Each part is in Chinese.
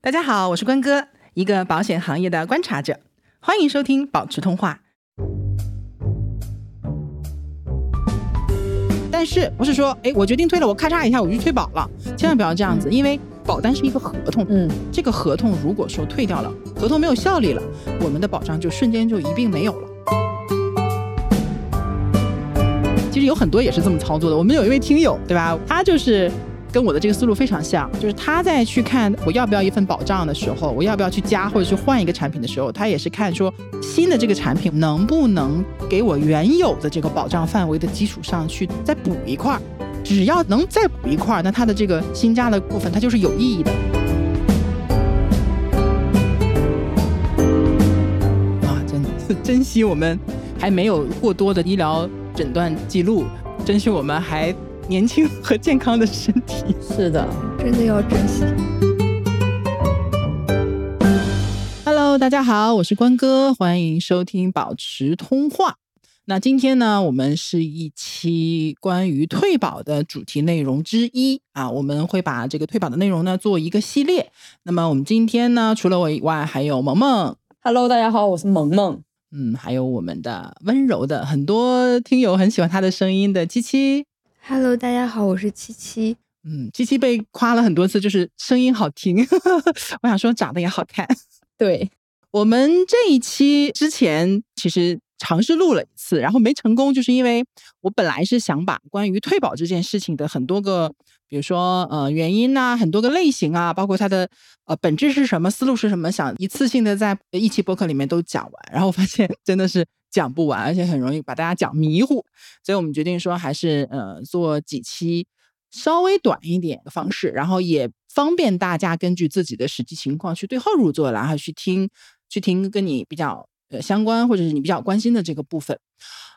大家好，我是关哥，一个保险行业的观察者，欢迎收听保持通话。但是不是说，哎，我决定退了，我咔嚓一下我就退保了，千万不要这样子，因为保单是一个合同，嗯，这个合同如果说退掉了，合同没有效力了，我们的保障就瞬间就一并没有了。其实有很多也是这么操作的。我们有一位听友，对吧？他就是跟我的这个思路非常像，就是他在去看我要不要一份保障的时候，我要不要去加或者去换一个产品的时候，他也是看说新的这个产品能不能给我原有的这个保障范围的基础上去再补一块儿。只要能再补一块儿，那它的这个新加的部分，它就是有意义的。啊，真的 珍惜我们还没有过多的医疗诊断记录，珍惜我们还年轻和健康的身体。是的，真的要珍惜。 Hello，大家好，我是关哥，欢迎收听保持通话。那今天呢，我们是一期关于退保的主题内容之一啊，我们会把这个退保的内容呢做一个系列。那么我们今天呢，除了我以外，还有萌萌， Hello，大家好，我是萌萌。嗯，还有我们的温柔的很多听友很喜欢他的声音的七七， Hello，大家好，我是七七。嗯，七七被夸了很多次，就是声音好听。 我想说长得也好看。对，我们这一期之前其实尝试录了一次，然后没成功，就是因为我本来是想把关于退保这件事情的很多个，比如说呃原因呐、很多个类型啊，包括它的呃本质是什么、思路是什么，想一次性的在一期播客里面都讲完，然后发现真的是讲不完，而且很容易把大家讲迷糊，所以我们决定说还是呃做几期稍微短一点的方式，然后也方便大家根据自己的实际情况去对号入座，然后去听去听跟你比较呃相关或者是你比较关心的这个部分。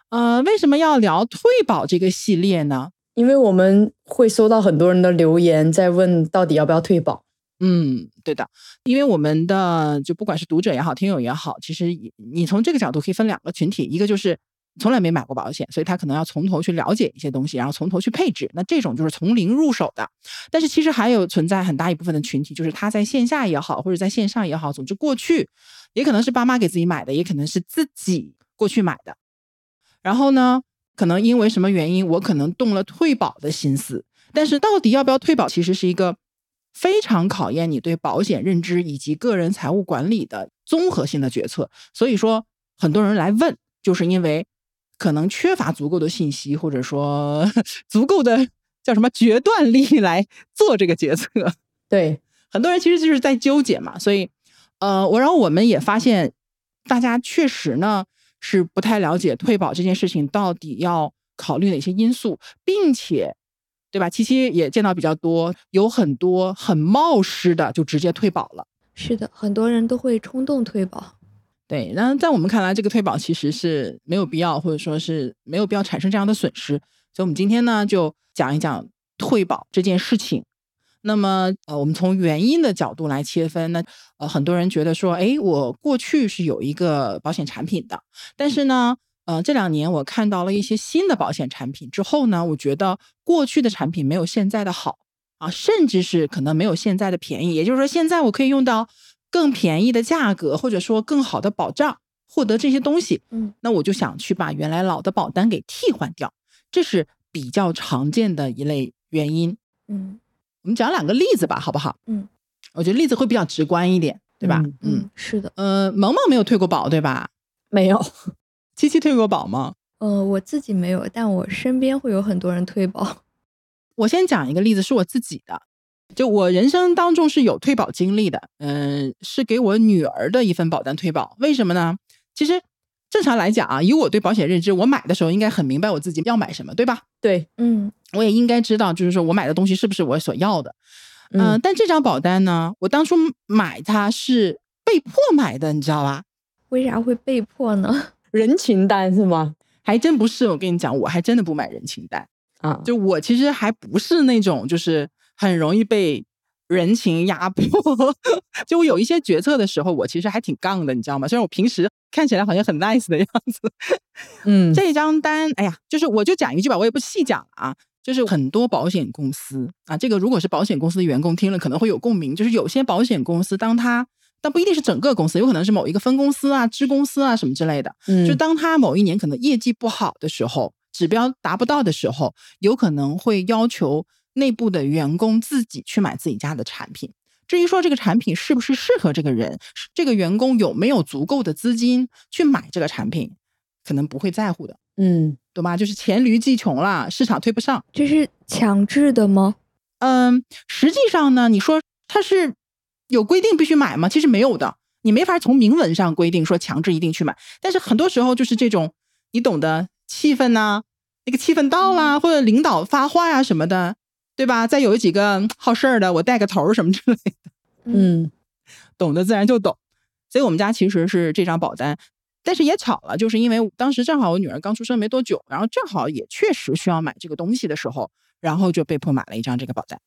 呃，为什么要聊退保这个系列呢？因为我们会收到很多人的留言，在问到底要不要退保。嗯，对的，因为我们的就不管是读者也好，听友也好，其实也你从这个角度可以分两个群体，一个就是从来没买过保险，所以他可能要从头去了解一些东西，然后从头去配置，那这种就是从零入手的。但是其实还有存在很大一部分的群体，就是他在线下也好，或者在线上也好，总之过去也可能是爸妈给自己买的，也可能是自己过去买的。然后呢，可能因为什么原因，我可能动了退保的心思，但是到底要不要退保，其实是一个非常考验你对保险认知以及个人财务管理的综合性的决策。所以说，很多人来问，就是因为可能缺乏足够的信息，或者说 足够的叫什么决断力来做这个决策。对，很多人其实就是在纠结嘛，所以，呃，我然后我们也发现，大家确实呢是不太了解退保这件事情到底要考虑哪些因素，并且，对吧？七七也见到比较多，有很多很冒失的就直接退保了。是的，很多人都会冲动退保。对，那在我们看来，这个退保其实是没有必要，或者说是没有必要产生这样的损失。所以，我们今天呢，就讲一讲退保这件事情。那么，呃，我们从原因的角度来切分，那呃，很多人觉得说，哎，我过去是有一个保险产品的，但是呢，呃，这两年我看到了一些新的保险产品之后呢，我觉得过去的产品没有现在的好啊，甚至是可能没有现在的便宜。也就是说，现在我可以用到更便宜的价格，或者说更好的保障，获得这些东西。嗯，那我就想去把原来老的保单给替换掉，这是比较常见的一类原因。嗯我们讲两个例子吧，好不好？嗯，我觉得例子会比较直观一点，对吧？嗯嗯，是的。呃，萌萌没有退过保，对吧？没有。七七退过保吗？呃，我自己没有，但我身边会有很多人退保。 我先讲一个例子，是我自己的。就我人生当中是有退保经历的，嗯、是给我女儿的一份保单退保。为什么呢？其实正常来讲啊，以我对保险认知，我买的时候应该很明白我自己要买什么，对吧？对，嗯我也应该知道，就是说我买的东西是不是我所要的。嗯、嗯但这张保单呢，我当初买它是被迫买的，你知道吧？为啥会被迫呢？ 人情单是吗？还真不是，我跟你讲，我还真的不买人情单。啊，就我其实还不是那种就是很容易被人情压迫， 就我有一些决策的时候，我其实还挺杠的，你知道吗？虽然我平时看起来好像很 nice 的样子，嗯，这张单，哎呀，就是我就讲一句吧，我也不细讲了啊。就是很多保险公司啊，这个如果是保险公司的员工听了可能会有共鸣，就是有些保险公司当它。但不一定是整个公司，有可能是某一个分公司啊、支公司啊什么之类的。嗯，就当他某一年可能业绩不好的时候，指标达不到的时候，有可能会要求内部的员工自己去买自己家的产品。至于说这个产品是不是适合这个人，是这个员工有没有足够的资金去买这个产品，可能不会在乎的，嗯懂吧？就是黔驴技穷啦，市场推不上。这是强制的吗？嗯，实际上呢，你说它是有规定必须买吗？其实没有的，你没法从明文上规定说强制一定去买。但是很多时候就是这种，你懂的气氛呐、那个气氛到啦，或者领导发话呀、什么的，对吧？再有几个嗯好事儿的，我带个头儿什么之类的，嗯懂的自然就懂。所以我们家其实是这张保单，但是也巧了，就是因为当时正好我女儿刚出生没多久，然后正好也确实需要买这个东西的时候，然后就被迫买了一张这个保单。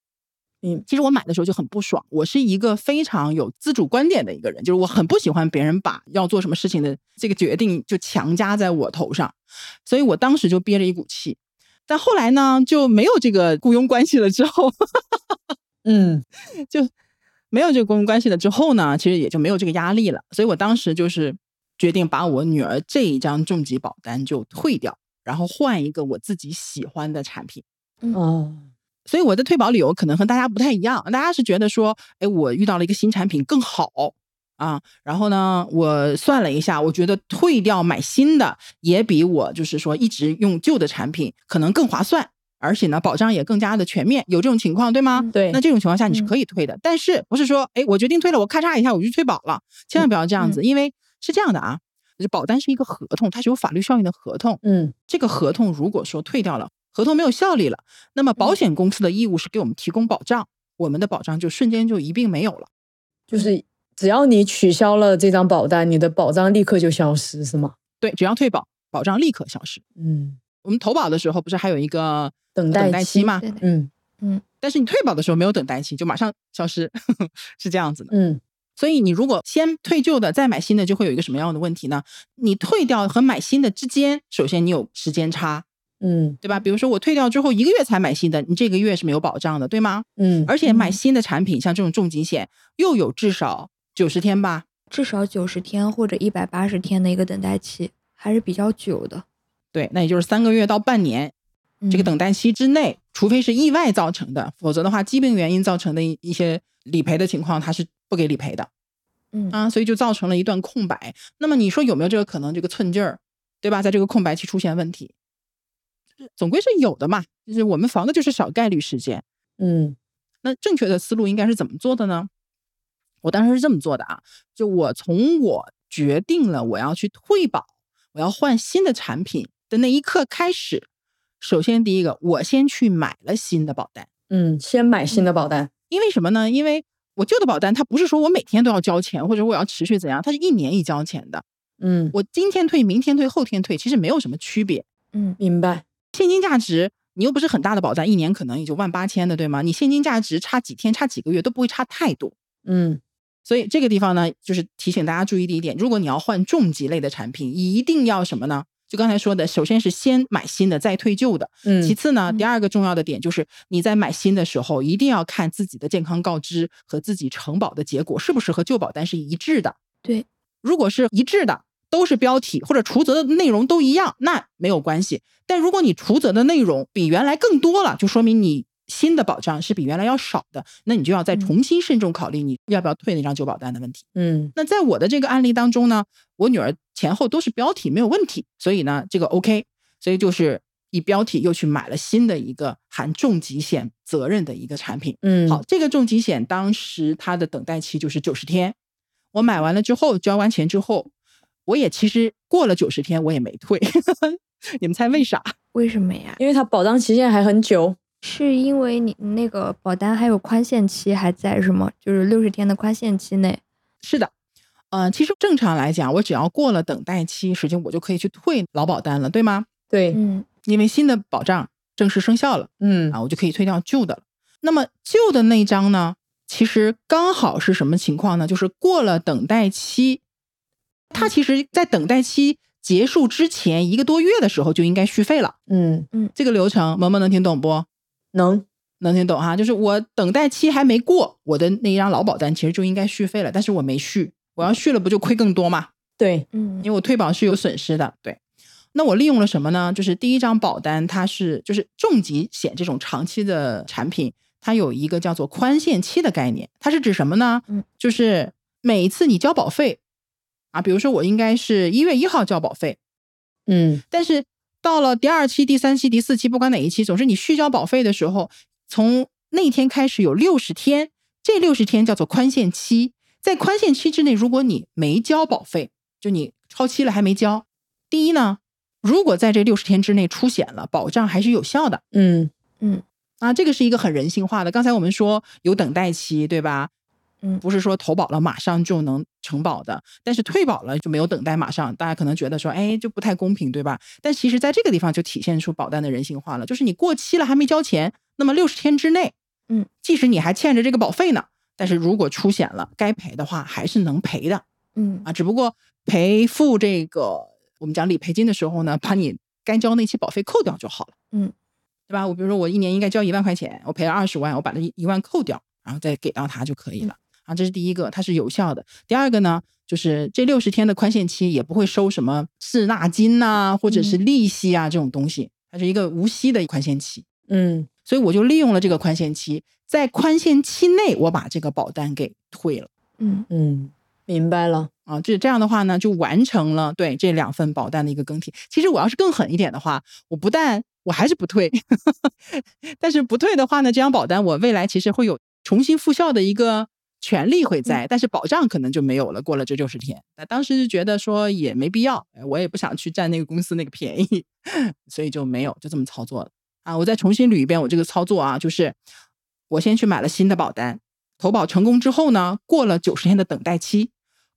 嗯其实我买的时候就很不爽，我是一个非常有自主观点的一个人，就是我很不喜欢别人把要做什么事情的这个决定就强加在我头上，所以我当时就憋着一股气。但后来呢，就没有这个雇佣关系了，之后 嗯就没有这个雇佣关系了之后呢，其实也就没有这个压力了。所以我当时就是决定把我女儿这一张重疾保单就退掉，然后换一个我自己喜欢的产品。哦，所以我的退保理由可能和大家不太一样，大家是觉得说，哎，我遇到了一个新产品更好啊，然后呢，我算了一下，我觉得退掉买新的也比我就是说一直用旧的产品可能更划算，而且呢，保障也更加的全面，有这种情况对吗？嗯对那这种情况下你是嗯可以退的，但是不是说，哎，我决定退了，我咔嚓一下我就退保了，千嗯万不要这样子，因为是这样的啊，就是保单是一个合同，它是有法律效应的合同，嗯这个合同如果说退掉了，合同没有效力了，那么嗯保险公司的义务是给我们提供保障，我们的保障就瞬间就一并没有了。就是只要你取消了这张保单，你的保障立刻就消失，是吗？对，只要退保，保障立刻消失。嗯，我们投保的时候不是还有一个呃等等待待期吗？对的嗯但是你退保的时候没有等待期，就马上消失， 是这样子的。嗯所以你如果先退旧的，再买新的，就会有一个什么样的问题呢？你退掉和买新的之间，首先你有时间差，嗯对吧？比如说我退掉之后一个月才买新的，你这个月是没有保障的，对吗？嗯，而且买嗯新的产品，像这种重疾险，又有至少九十天吧，至少九十天或者一百八十天的一个等待期，还是比较久的。对，那也就是三个月到半年这个嗯等待期之内，除非是意外造成的，否则的话，疾病原因造成的一一些理赔的情况，它是不给理赔的嗯啊，所以就造成了一段空白。那么你说有没有这个可能，这个寸劲儿，对吧？在这个空白期出现问题，总归是有的嘛。就是我们防的就是小概率事件，嗯那正确的思路应该是怎么做的呢？我当时是这么做的啊，就我从我决定了我要去退保，我要换新的产品的那一刻开始，首先第一个，我先去买了新的保单，嗯，先买新的保单，因为什么呢？因为我旧的保单它不是说我每天都要交钱，或者我要持续怎样，它是一年一交钱的。嗯，我今天退，明天退，后天退，其实没有什么区别。嗯明白，现金价值，你又不是很大的保单，一年可能也就万八千的，对吗？你现金价值差几天、差几个月都不会差太多。嗯所以这个地方呢，就是提醒大家注意的一点：如果你要换重疾类的产品，一定要什么呢？就刚才说的，首先是先买新的，再退旧的。嗯，其次呢，嗯第二个重要的点就是你在买新的时候，一定要看自己的健康告知和自己承保的结果是不是和旧保单是一致的。对，如果是一致的，都是标题或者除责的内容都一样，那没有关系。但如果你除责的内容比原来更多了，就说明你新的保障是比原来要少的，那你就要再嗯重新慎重考虑你要不要退那张旧保单的问题。嗯那在我的这个案例当中呢，我女儿前后都是标题没有问题，所以呢，这个 OK，所以就是以标题又去买了新的一个含重疾险责任的一个产品。嗯，好，，这个重疾险当时它的等待期就是九十天，我买完了之后交完钱之后，我也其实过了九十天我也没退， 你们猜为啥？为什么呀？因为它保障期限还很久，是因为你你那个保单还有宽限期还在是吗？就是六十天的宽限期内。是的，呃，其实正常来讲，我只要过了等待期，实际我就可以去退劳保单了，对吗？对，嗯因为新的保障正式生效了。嗯啊，我就可以退掉旧的了。那么旧的那一张呢，其实刚好是什么情况呢？就是过了等待期，它其实在等待期结束之前一个多月的时候就应该续费了。嗯这个流程萌萌能听懂不？能能听懂哈？就是我等待期还没过，我的那一张老保单其实就应该续费了，但是我没续，我要续了不就亏更多吗？对，嗯因为我退保是有损失的。对，那我利用了什么呢？就是第一张保单，它是就是重疾险这种长期的产品，它有一个叫做宽限期的概念，它是指什么呢？嗯，就是每一次你交保费啊，比如说我应该是一月一号交保费，嗯但是到了第二期、第三期、第四期，不管哪一期，总之你续交保费的时候，从那天开始有六十天，这六十天叫做宽限期。在宽限期之内，如果你没交保费，就你超期了还没交，第一呢，如果在这六十天之内出险了，保障还是有效的嗯啊。这个是一个很人性化的。刚才我们说有等待期，对吧？嗯不是说投保了马上就能承保的，但是退保了就没有等待马上，大家可能觉得说，哎，就不太公平，对吧？但其实在这个地方就体现出保单的人性化了，就是你过期了还没交钱，那么六十天之内，嗯，即使你还欠着这个保费呢，但是如果出险了，该赔的话还是能赔的嗯啊，只不过赔付这个我们讲理赔金的时候呢，把你该交那期保费扣掉就好了，嗯，对吧？我比如说我一年应该交一万块钱，我赔了二十万，我把这一万扣掉，然后再给到他就可以了。啊，这是第一个，它是有效的。第二个呢，就是这六十天的宽限期也不会收什么滞纳金呐、或者是利息啊、这种东西，它是一个无息的宽限期。嗯所以我就利用了这个宽限期，在宽限期内我把这个保单给退了嗯嗯，明白了。啊。这这样的话呢，就完成了对这两份保单的一个更替。其实我要是更狠一点的话，我不但我还是不退， 但是不退的话呢，这张保单我未来其实会有重新复效的一个权利会在，但是保障可能就没有了。过了这六十天，那当时就觉得说也没必要，哎我也不想去占那个公司那个便宜， 所以就没有就这么操作了啊。我再重新捋一遍我这个操作啊，就是我先去买了新的保单，投保成功之后呢，过了九十天的等待期，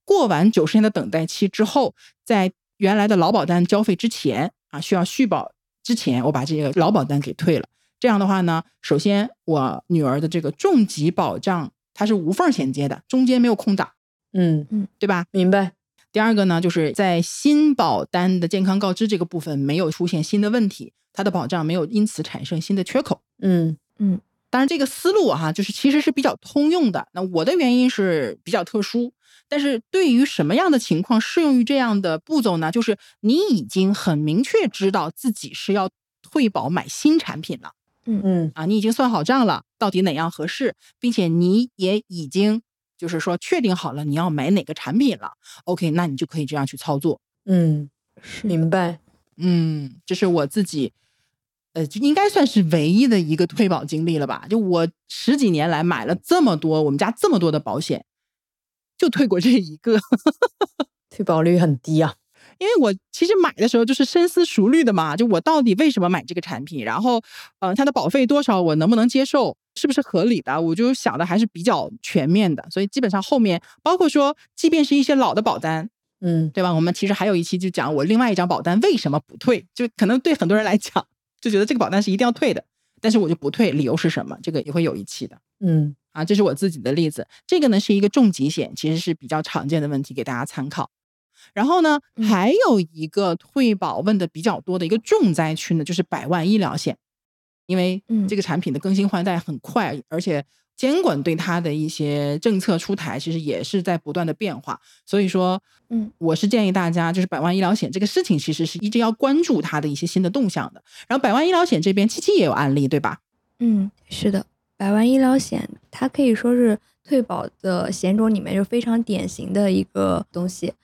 过完九十天的等待期之后，在原来的老保单交费之前啊，需要续保之前，我把这个老保单给退了。这样的话呢，首先我女儿的这个重疾保障它是无缝衔接的，中间没有空档，嗯，对吧？明白。第二个呢，就是在新保单的健康告知这个部分没有出现新的问题，它的保障没有因此产生新的缺口。嗯当然，这个思路哈、就是其实是比较通用的。那我的原因是比较特殊，但是对于什么样的情况适用于这样的步骤呢？就是你已经很明确知道自己是要退保买新产品了嗯啊，你已经算好账了，到底哪样合适，并且你也已经就是说确定好了你要买哪个产品了。OK，那你就可以这样去操作。嗯，是明白。嗯，这是我自己，呃，就应该算是唯一的一个退保经历了吧？就我十几年来买了这么多，我们家这么多的保险，就退过这一个。 退保率很低啊。因为我其实买的时候就是深思熟虑的嘛，就我到底为什么买这个产品，然后，呃，它的保费多少，我能不能接受，是不是合理的，我就想的还是比较全面的。所以基本上后面，包括说，即便是一些老的保单，嗯对吧？我们其实还有一期就讲我另外一张保单为什么不退，就可能对很多人来讲，就觉得这个保单是一定要退的，但是我就不退，理由是什么？这个也会有一期的嗯啊。这是我自己的例子，这个呢是一个重疾险，其实是比较常见的问题，给大家参考。然后呢，嗯还有一个退保问的比较多的一个重灾区呢，就是百万医疗险，因为嗯这个产品的更新换代很快，而且监管对它的一些政策出台，其实也是在不断的变化。所以说，嗯，我是建议大家，就是百万医疗险这个事情，其实是一直要关注它的一些新的动向的。然后，百万医疗险这边七七也有案例，对吧？嗯是的，百万医疗险它可以说是退保的险种里面就非常典型的一个东西。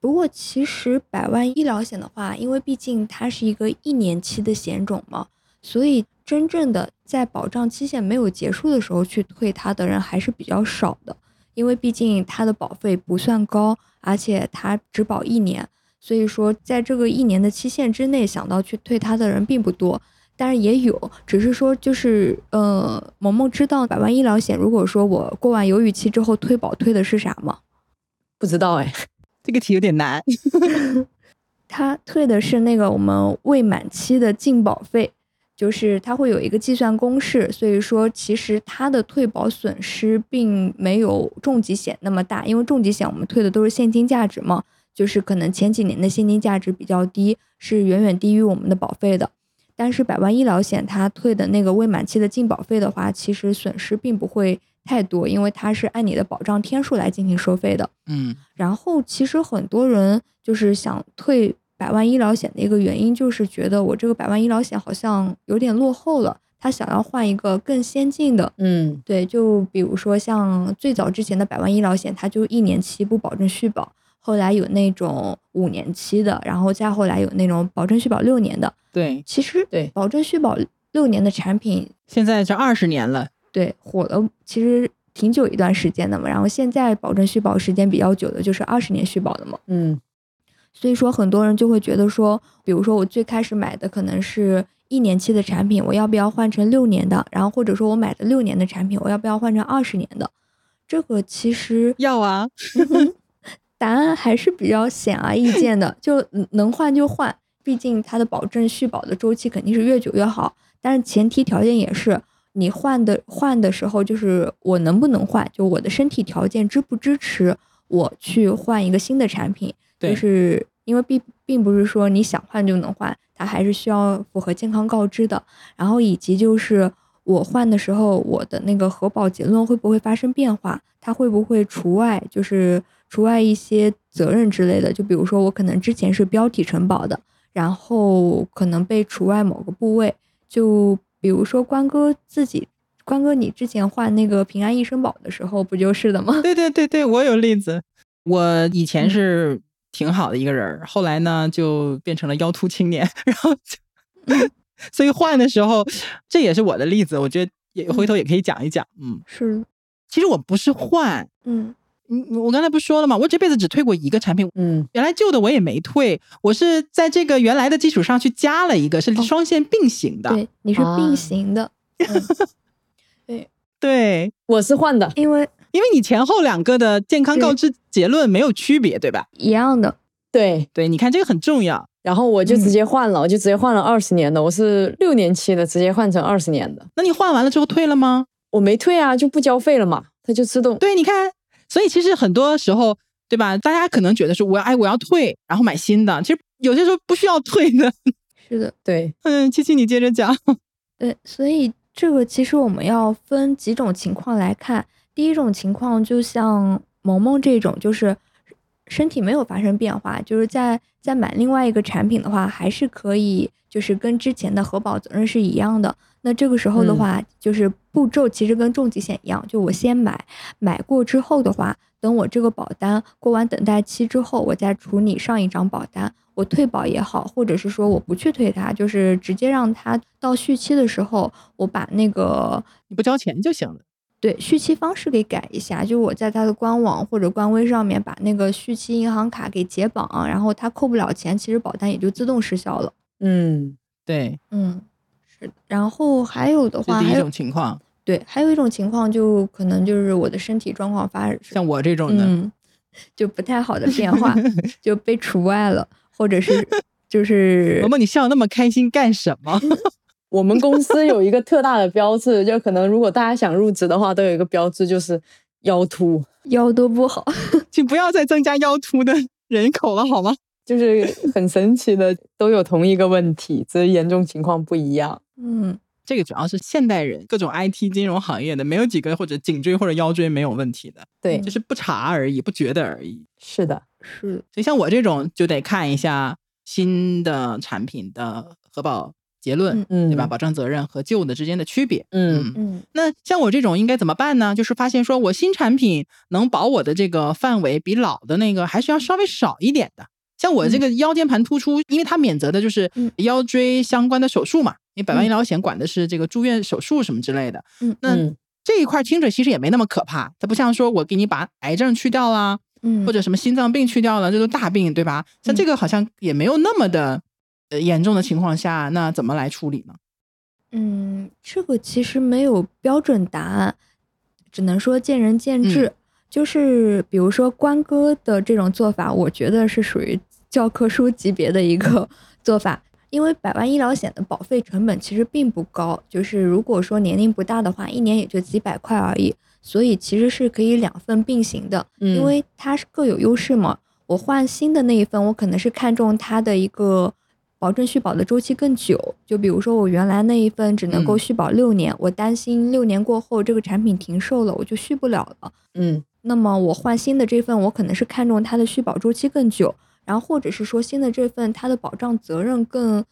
不过其实百万医疗险的话，因为毕竟它是一个一年期的险种嘛，所以真正的在保障期限没有结束的时候去退它的人还是比较少的，因为毕竟它的保费不算高，而且它只保一年，所以说在这个一年的期限之内想到去退它的人并不多。当然也有，只是说就是呃，萌萌知道百万医疗险，如果说我过完犹豫期之后退保退的是啥吗？不知道哎。这个题有点难。它退的是那个我们未满期的净保费，就是它会有一个计算公式，所以说其实它的退保损失并没有重疾险那么大，因为重疾险我们退的都是现金价值嘛，就是可能前几年的现金价值比较低，是远远低于我们的保费的。但是百万医疗险它退的那个未满期的进保费的话，其实损失并不会太多，因为它是按你的保障天数来进行收费的。嗯然后其实很多人就是想退百万医疗险的一个原因，就是觉得我这个百万医疗险好像有点落后了，他想要换一个更先进的。嗯对，就比如说像最早之前的百万医疗险，它就一年期不保证续保，后来有那种五年期的，然后再后来有那种保证续保六年的。 对，其实对保证续保六年的产品现在这二十年了，对，火了其实挺久一段时间的嘛。然后现在保证续保时间比较久的就是二十年续保的嘛。嗯所以说很多人就会觉得说，比如说我最开始买的可能是一年期的产品，我要不要换成六年的？然后或者说我买的六年的产品，我要不要换成二十年的？这个其实要啊， 答案还是比较显而易见的， 就能换就换，毕竟它的保证续保的周期肯定是越久越好。但是前提条件也是你换的换的时候，就是我能不能换，就我的身体条件支不支持我去换一个新的产品，对就是因为并并不是说你想换就能换，它还是需要符合健康告知的。然后以及就是我换的时候，我的那个核保结论会不会发生变化？它会不会除外，就是除外一些责任之类的？就比如说我可能之前是标体承保的，然后可能被除外某个部位。就比如说关哥自己，关哥你之前换那个平安医生保的时候，不就是的吗？对对对对，我有例子。我以前是挺好的一个人儿，后来呢就变成了腰突青年， 然后就 所以换的时候，这也是我的例子。我觉得也回头也可以讲一讲。嗯，是，其实我不是换，嗯嗯，我刚才不是说了吗？我这辈子只退过一个产品，嗯原来旧的我也没退，我是在这个原来的基础上去加了一个，是双线并行的。对，你是并啊行的，对，我是换的，因为因为你前后两个的健康告知结论没有区别，对吧？一样的，对，对，你看这个很重要。然后我就直接换了，我就直接换了二十年的，我是六年期的，直接换成二十年的，那你换完了之后退了吗？我没退啊，就不交费了嘛，它就自动对，你看，所以其实很多时候，对吧？大家可能觉得说，我要哎，我要退，然后买新的。其实有些时候不需要退的。是的，对，嗯，七七，你接着讲。对，所以这个其实我们要分几种情况来看。第一种情况，就像萌萌这种，就是身体没有发生变化，就是在在买另外一个产品的话，还是可以，就是跟之前的核保责任是一样的。那这个时候的嗯话，就是步骤其实跟重疾险一样，就我先买，买过之后的话，等我这个保单过完等待期之后，我再处理上一张保单。我退保也好，或者是说我不去退它，就是直接让它到续期的时候，我把那个你不交钱就行了。对续期方式给改一下，就我在它的官网或者官微上面把那个续期银行卡给解绑，然后它扣不了钱，其实保单也就自动失效了。嗯对，嗯，是的。然后还有的这是话，第还一有种情况。对，还有一种情况就可能就是我的身体状况发生像我这种的，嗯，就不太好的变 化就被除外了，或者是就是萌萌，你笑那么开心干什 么？我们公司有一个特大的标志，就可能如果大家想入职的话，都有一个标志，就是腰突，腰都不好。请不要再增加腰突的人口了，好吗？就是很神奇的，都有同一个问题，只是严重情况不一样。嗯，这个主要是现代人，各种 IT 金融行业的，没有几个或者颈椎或者腰椎没有问题的，对，就是不查而已，不觉得而已。是的，是所以像我这种就得看一下新的产品的核保结论，嗯对吧？保障责任和旧的之间的区别。嗯嗯那像我这种应该怎么办呢？就是发现说我新产品能保我的这个范围比老的那个还是要稍微少一点的。像嗯我这个腰间盘突出，因为它免责的就是嗯腰椎相关的手术嘛，因为百万医疗险管的是这个住院手术什么之类的。嗯那嗯这一块听着其实也没那么可怕，它不像说我给你把癌症去掉啦，嗯，或者什么心脏病去掉了，这都大病，对吧？像这个好像也没有那么的呃严重的情况下，那怎么来处理呢？嗯，这个其实没有标准答案，只能说见仁见智。就是比如说关哥的这种做法，我觉得是属于教科书级别的一个做法，因为百万医疗险的保费成本其实并不高，就是如果说年龄不大的话，一年也就几百块而已，所以其实是可以两份并行的。因嗯为它是各有优势嘛。我换新的那一份，我可能是看中它的一个保证续保的周期更久。就比如说我原来那一份只能够嗯续保六年，我担心六年过后这个产品停售了，我就续不了了。嗯那么我换新的这份，我可能是看中它的续保周期更久，然后或者是说新的这份它的保障责任更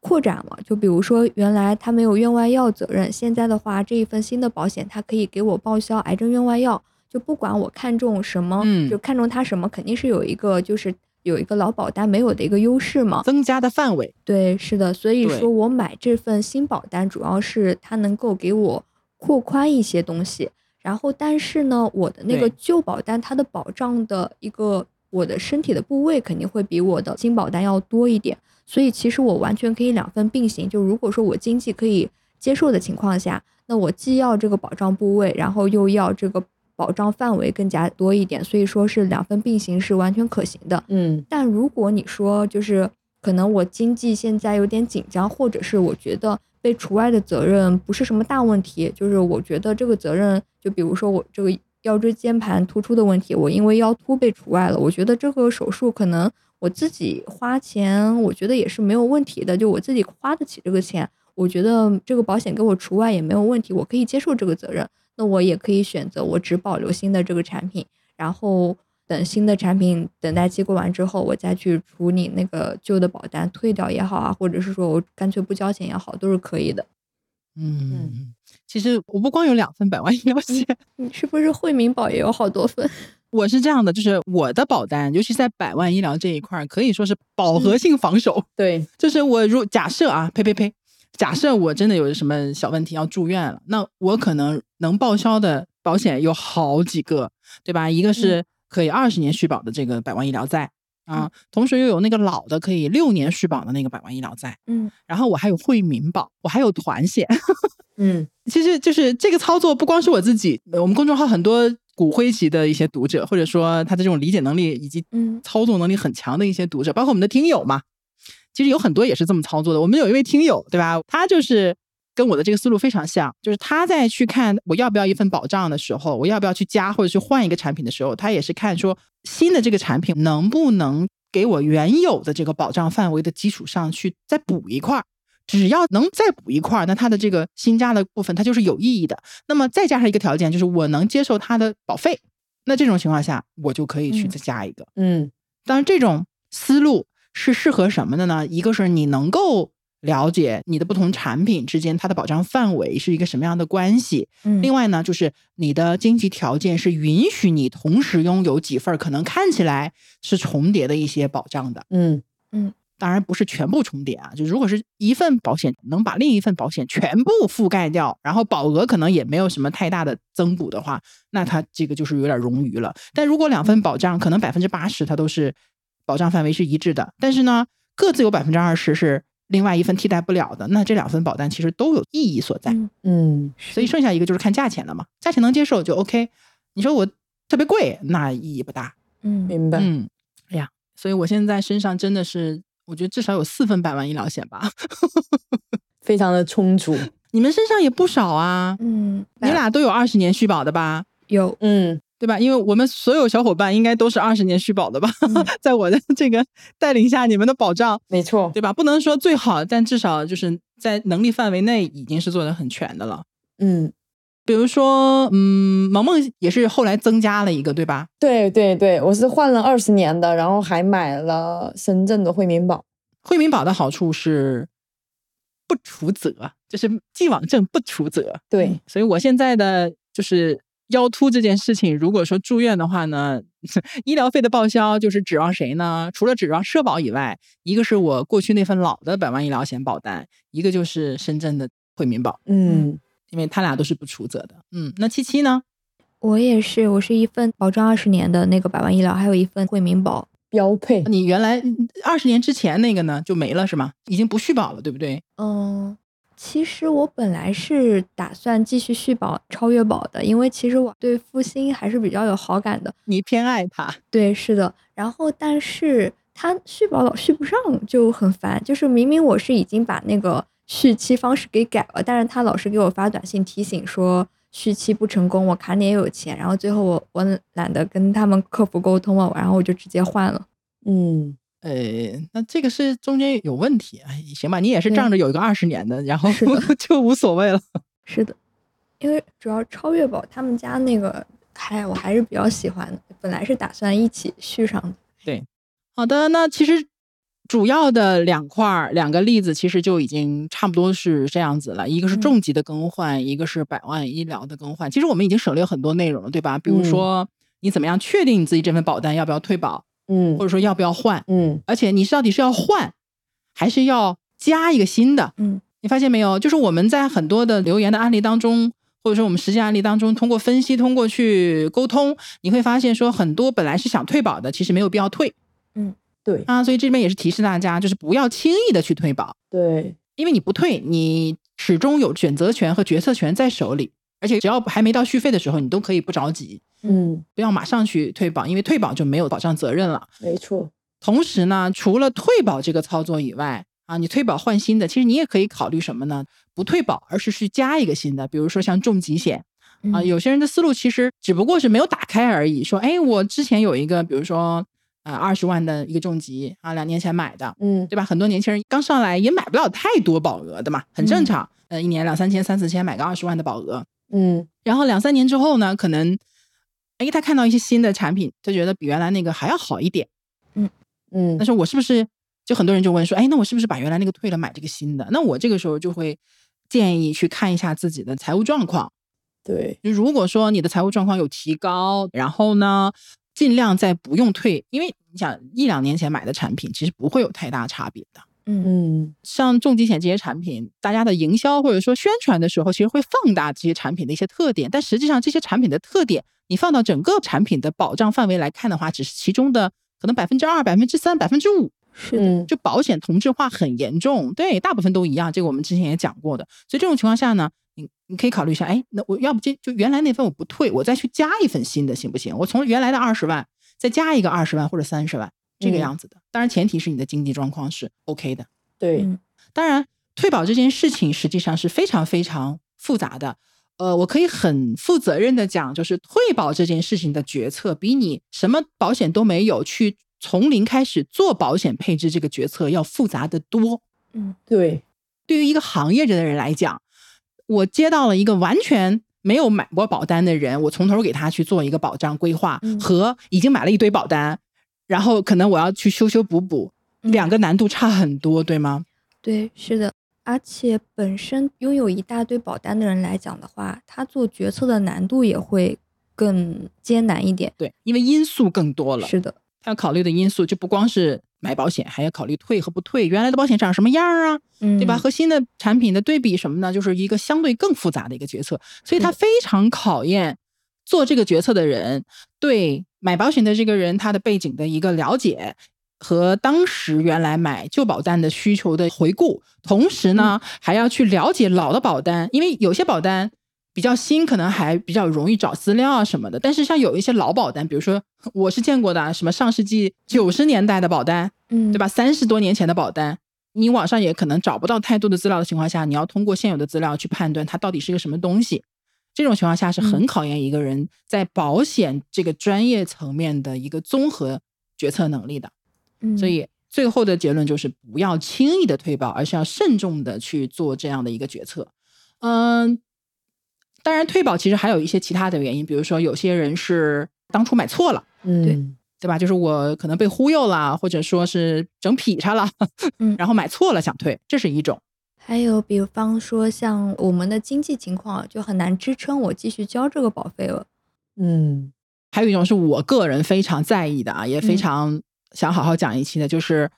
扩展了。就比如说原来它没有院外药责任，现在的话这一份新的保险它可以给我报销癌症院外药，就不管我看中什么，嗯就看中它什么，肯定是有一个就是有一个劳保单没有的一个优势嘛。增加的范围，对，是的，所以对说我买这份新保单，主要是它能够给我扩宽一些东西。然后，但是呢，我的那个对旧保单，它的保障的一个我的身体的部位肯定会比我的新保单要多一点。所以，其实我完全可以两份并行。就如果说我经济可以接受的情况下，那我既要这个保障部位，然后又要这个保障范围更加多一点。所以说是两份并行是完全可行的。嗯但如果你说就是可能我经济现在有点紧张，或者是我觉得被除外的责任不是什么大问题，就是我觉得这个责任，就比如说我这个腰椎间盘突出的问题，我因为腰突被除外了，我觉得这个手术可能我自己花钱，我觉得也是没有问题的，就我自己花得起这个钱，我觉得这个保险给我除外也没有问题，我可以接受这个责任，那我也可以选择我只保留新的这个产品。然后等新的产品等待期过完之后，我再去处理那个旧的保单退掉也好啊，或者是说我干脆不交钱也好，都是可以的。嗯，其实我不光有两份百万医疗险，你嗯是不是惠民保也有好多份？ 我是这样的，就是我的保单，尤其在百万医疗这一块儿，可以说是饱和性防守。对，就是我如假设啊，呸呸呸，假设我真的有什么小问题要住院了，那我可能能报销的保险有好几个，对吧？一个是可以二十年续保的这个百万医疗债啊，同时又有那个老的可以六年续保的那个百万医疗债，嗯，然后我还有惠民保，我还有团险。 嗯其实就是这个操作，不光是我自己，呃我们公众号很多骨灰级的一些读者，或者说他的这种理解能力以及 嗯操作能力很强的一些读者，包括我们的听友嘛，其实有很多也是这么操作的。我们有一位听友，对吧？他就是跟我的这个思路非常像，就是他在去看我要不要一份保障的时候，我要不要去加或者去换一个产品的时候，他也是看说新的这个产品能不能给我原有的这个保障范围的基础上去再补一块儿。只要能再补一块儿，那它的这个新加的部分它就是有意义的。那么再加上一个条件，就是我能接受它的保费。那这种情况下，我就可以去嗯再加一个。嗯当然，这种思路是适合什么的呢？一个是你能够了解你的不同产品之间它的保障范围是一个什么样的关系。嗯另外呢，就是你的经济条件是允许你同时拥有几份儿可能看起来是重叠的一些保障的。嗯当然不是全部重叠啊，就如果是一份保险能把另一份保险全部覆盖掉，然后保额可能也没有什么太大的增补的话，那它这个就是有点冗余了。但如果两份保障可能百分之八十它都是保障范围是一致的，但是呢各自有百分之二十是另外一份替代不了的，那这两份保单其实都有意义所在。嗯嗯所以剩下一个就是看价钱了嘛，价钱能接受就 OK。你说我特别贵，那意义不大。嗯明白。嗯，哎呀，所以我现在身上真的是，我觉得至少有四份百万医疗险吧。 非常的充足。你们身上也不少啊，嗯，你俩都有二十年续保的吧？有嗯对吧？因为我们所有小伙伴应该都是二十年续保的吧？嗯 在我的这个带领下，你们的保障，没错。对吧？不能说最好，但至少就是在能力范围内已经是做的很全的了。嗯，比如说，嗯，萌萌也是后来增加了一个，对吧？对对对，我是换了二十年的，然后还买了深圳的惠民保。惠民保的好处是不除责，就是既往症不除责。对，所以我现在的就是腰突这件事情，如果说住院的话呢， 医疗费的报销就是指望谁呢？除了指望社保以外，一个是我过去那份老的百万医疗险保单，一个就是深圳的惠民保，嗯因为它俩都是不除责的。嗯，那七七呢？我也是，我是一份保障二十年的那个百万医疗，还有一份惠民保。标配。你原来二十年之前那个呢就没了是吗？已经不续保了，对不对？嗯，其实我本来是打算继续续保、超越保的，因为其实我对复兴还是比较有好感的。你偏爱它，对，是的。然后，但是他续保老续不上，就很烦。就是明明我是已经把那个续期方式给改了，但是他老是给我发短信提醒说续期不成功，我卡里也有钱。然后最后我我懒得跟他们客服沟通了，然后我就直接换了。嗯呃，那这个是中间有问题，哎，行吧，你也是仗着有一个二十年的，然后是的 就无所谓了。是的，因为主要超越宝他们家那个还我还是比较喜欢的，本来是打算一起续上的。好的，那其实主要的两块儿两个例子，其实就已经差不多是这样子了。一个是嗯重疾的更换，一个是百万医疗的更换。其实我们已经省略很多内容了，对吧？比如嗯说你怎么样确定你自己这份保单要不要退保，嗯或者说要不要换，嗯而且你是到底是要换，还是要加一个新的？嗯，你发现没有？就是我们在很多的留言的案例当中，或者说我们实际案例当中，通过分析，通过去沟通，你会发现说，很多本来是想退保的，其实没有必要退对啊。所以这边也是提示大家，就是不要轻易的去退保，对因为你不退，你始终有选择权和决策权在手里，而且只要还没到续费的时候，你都可以不着急，嗯不要马上去退保，因为退保就没有保障责任了。没错同时呢，除了退保这个操作以外，啊，你退保换新的，其实你也可以考虑什么呢？不退保，而是去加一个新的，比如说像重疾险啊。嗯有些人的思路其实只不过是没有打开而已，说，哎，我之前有一个，比如说，呃，二十万的一个重疾啊，两年前买的，嗯对吧？很多年轻人刚上来也买不了太多保额的嘛，很正常。呃，一年两三千、三四千买个二十万的保额，嗯然后两三年之后呢，可能，哎，他看到一些新的产品，他觉得比原来那个还要好一点。嗯那说我是不是就很多人就问说，哎，那我是不是把原来那个退了，买这个新的？那我这个时候就会建议去看一下自己的财务状况。对就如果说你的财务状况有提高，然后呢，尽量在不用退，因为你想一两年前买的产品其实不会有太大差别的。嗯嗯像重疾险这些产品，大家的营销或者说宣传的时候，其实会放大这些产品的一些特点，但实际上这些产品的特点，你放到整个产品的保障范围来看的话，只是其中的可能百分之二、百分之三、百分之五是的，嗯就保险同质化很严重，对，大部分都一样，这个我们之前也讲过的。所以这种情况下呢，你你可以考虑一下，哎，那我要不就就原来那份我不退，我再去加一份新的行不行？我从原来的二十万再加一个二十万或者三十万，这个嗯样子的。当然前提是你的经济状况是 OK 的。对嗯当然，退保这件事情实际上是非常非常复杂的。呃，我可以很负责任的讲，就是退保这件事情的决策，比你什么保险都没有去从零开始做保险配置这个决策要复杂的多。对对于一个行业的人来讲，我接到了一个完全没有买过保单的人，我从头给他去做一个保障规划，嗯和已经买了一堆保单，然后可能我要去修修补补，嗯两个难度差很多，对吗？对，是的。而且本身拥有一大堆保单的人来讲的话，他做决策的难度也会更艰难一点。对，因为因素更多了。是的，他要考虑的因素就不光是买保险，还要考虑退和不退，原来的保险长什么样儿啊，嗯，对吧？？和新的产品的对比什么呢？就是一个相对更复杂的一个决策，所以是它的非常考验做这个决策的人对买保险的这个人他的背景的一个了解。和当时原来买旧保单的需求的回顾，同时呢，还要去了解老的保单，因为有些保单比较新，可能还比较容易找资料啊什么的。但是像有一些老保单，比如说我是见过的啊，什么上世纪九十年代的保单，嗯，对吧？？三十多年前的保单，你网上也可能找不到太多的资料的情况下，你要通过现有的资料去判断它到底是个什么东西。这种情况下是很嗯考验一个人在保险这个专业层面的一个综合决策能力的。嗯，所以最后的结论就是不要轻易的退保，而是要慎重的去做这样的一个决策。嗯，当然退保其实还有一些其他的原因，比如说有些人是当初买错了。嗯对吧？就是我可能被忽悠了，或者说是整劈叉了，嗯 然后买错了想退，这是一种。还有，比方说像我们的经济情况啊就很难支撑我继续交这个保费了。嗯还有一种是我个人非常在意的啊，也非嗯常想好好讲一期的，就是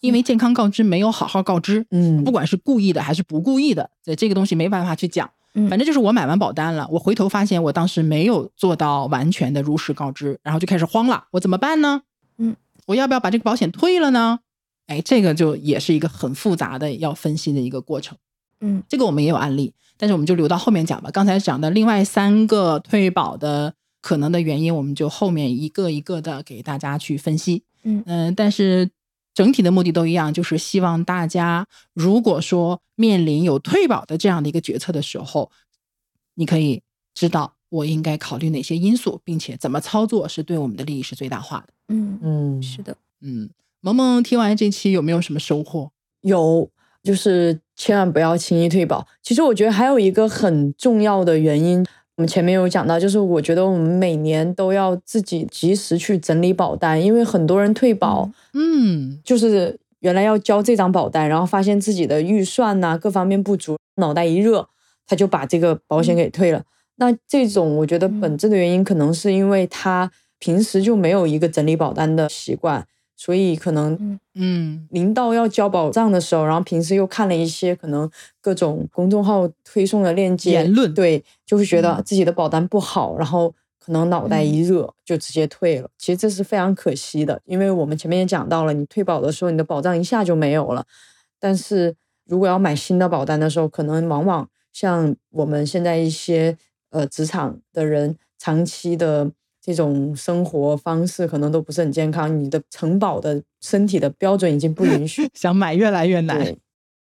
因为健康告知没有好好告知，嗯不管是故意的还是不故意的，对这个东西没办法去讲。嗯反正就是我买完保单了，我回头发现我当时没有做到完全的如实告知，然后就开始慌了，我怎么办呢？嗯，我要不要把这个保险退了呢？哎，这个就也是一个很复杂的要分析的一个过程。嗯这个我们也有案例，但是我们就留到后面讲吧。刚才讲的另外三个退保的可能的原因，我们就后面一个一个的给大家去分析。嗯嗯、但是整体的目的都一样，就是希望大家如果说面临有退保的这样的一个决策的时候，你可以知道我应该考虑哪些因素，并且怎么操作是对我们的利益是最大化的。嗯，嗯是的，嗯，萌萌听完这期有没有什么收获？有，就是千万不要轻易退保。其实我觉得还有一个很重要的原因，我们前面有讲到，就是我觉得我们每年都要自己及时去整理保单，因为很多人退保嗯，就是原来要交这张保单，然后发现自己的预算呐、各方面不足，脑袋一热，他就把这个保险给退了。那这种我觉得本质的原因可能是因为他平时就没有一个整理保单的习惯，所以可能嗯临到要交保障的时候，然后平时又看了一些可能各种公众号推送的链接言论。对，就会觉得啊自己的保单不好，然后可能脑袋一热就直接退了。其实这是非常可惜的，因为我们前面也讲到了，你退保的时候，你的保障一下就没有了。但是如果要买新的保单的时候，可能往往像我们现在一些呃职场的人，长期的这种生活方式可能都不是很健康，你的承保的身体的标准已经不允许 想买越来越难。对，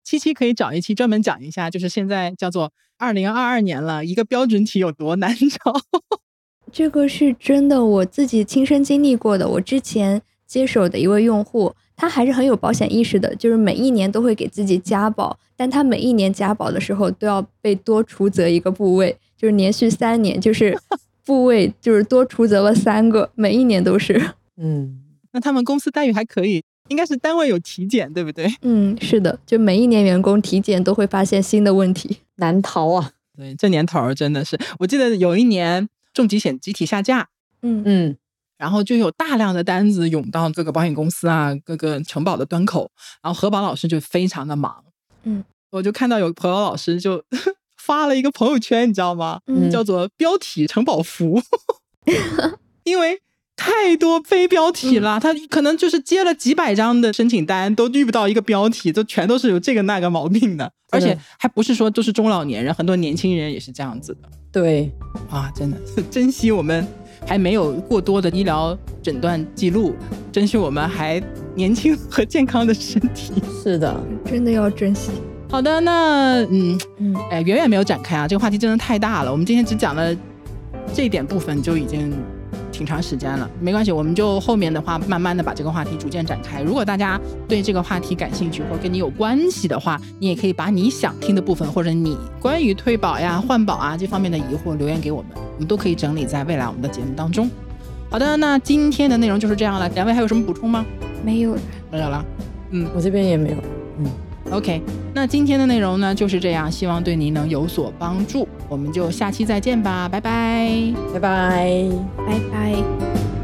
七七可以找一期专门讲一下，就是现在叫做二零二二年了，一个标准体有多难找。 这个是真的，我自己亲身经历过的。我之前接手的一位用户，他还是很有保险意识的，就是每一年都会给自己加保，但他每一年加保的时候都要被多除责一个部位，就是连续三年，就是部位就是多除责了三个，每一年都是。 嗯，那他们公司待遇还可以，应该是单位有体检，对不对？嗯，是的，就每一年员工体检都会发现新的问题。难逃啊。对，这年头儿真的是，我记得有一年重疾险集体下架，嗯嗯，然后就有大量的单子涌到各个保险公司啊、各个承保的端口，然后何宝老师就非常的忙，嗯，我就看到有何宝老师就 发了一个朋友圈，你知道吗？嗯叫做标题承保服， 因为。太多非标题了，他可能就是接了几百张的申请单，都遇不到一个标题，都全都是有这个那个毛病的，而真的且还不是说都是中老年人，很多年轻人也是这样子的。对，啊，真的 珍惜我们还没有过多的医疗诊断记录，珍惜我们还年轻和健康的身体。是的，真的要珍惜。好的，那嗯，嗯，哎，远远没有展开啊，这个话题真的太大了。我们今天只讲了这一点部分，就已经挺长时间了。没关系，我们就后面的话，慢慢的把这个话题逐渐展开。如果大家对这个话题感兴趣，或跟你有关系的话，你也可以把你想听的部分，或者你关于退保呀、换保啊这方面的疑惑留言给我们，我们都可以整理在未来我们的节目当中。好的，那今天的内容就是这样了。两位还有什么补充吗？没有，没有了。我这边也没有。 OK，那今天的内容呢就是这样，希望对您能有所帮助。我们就下期再见吧，拜拜。拜拜。拜拜。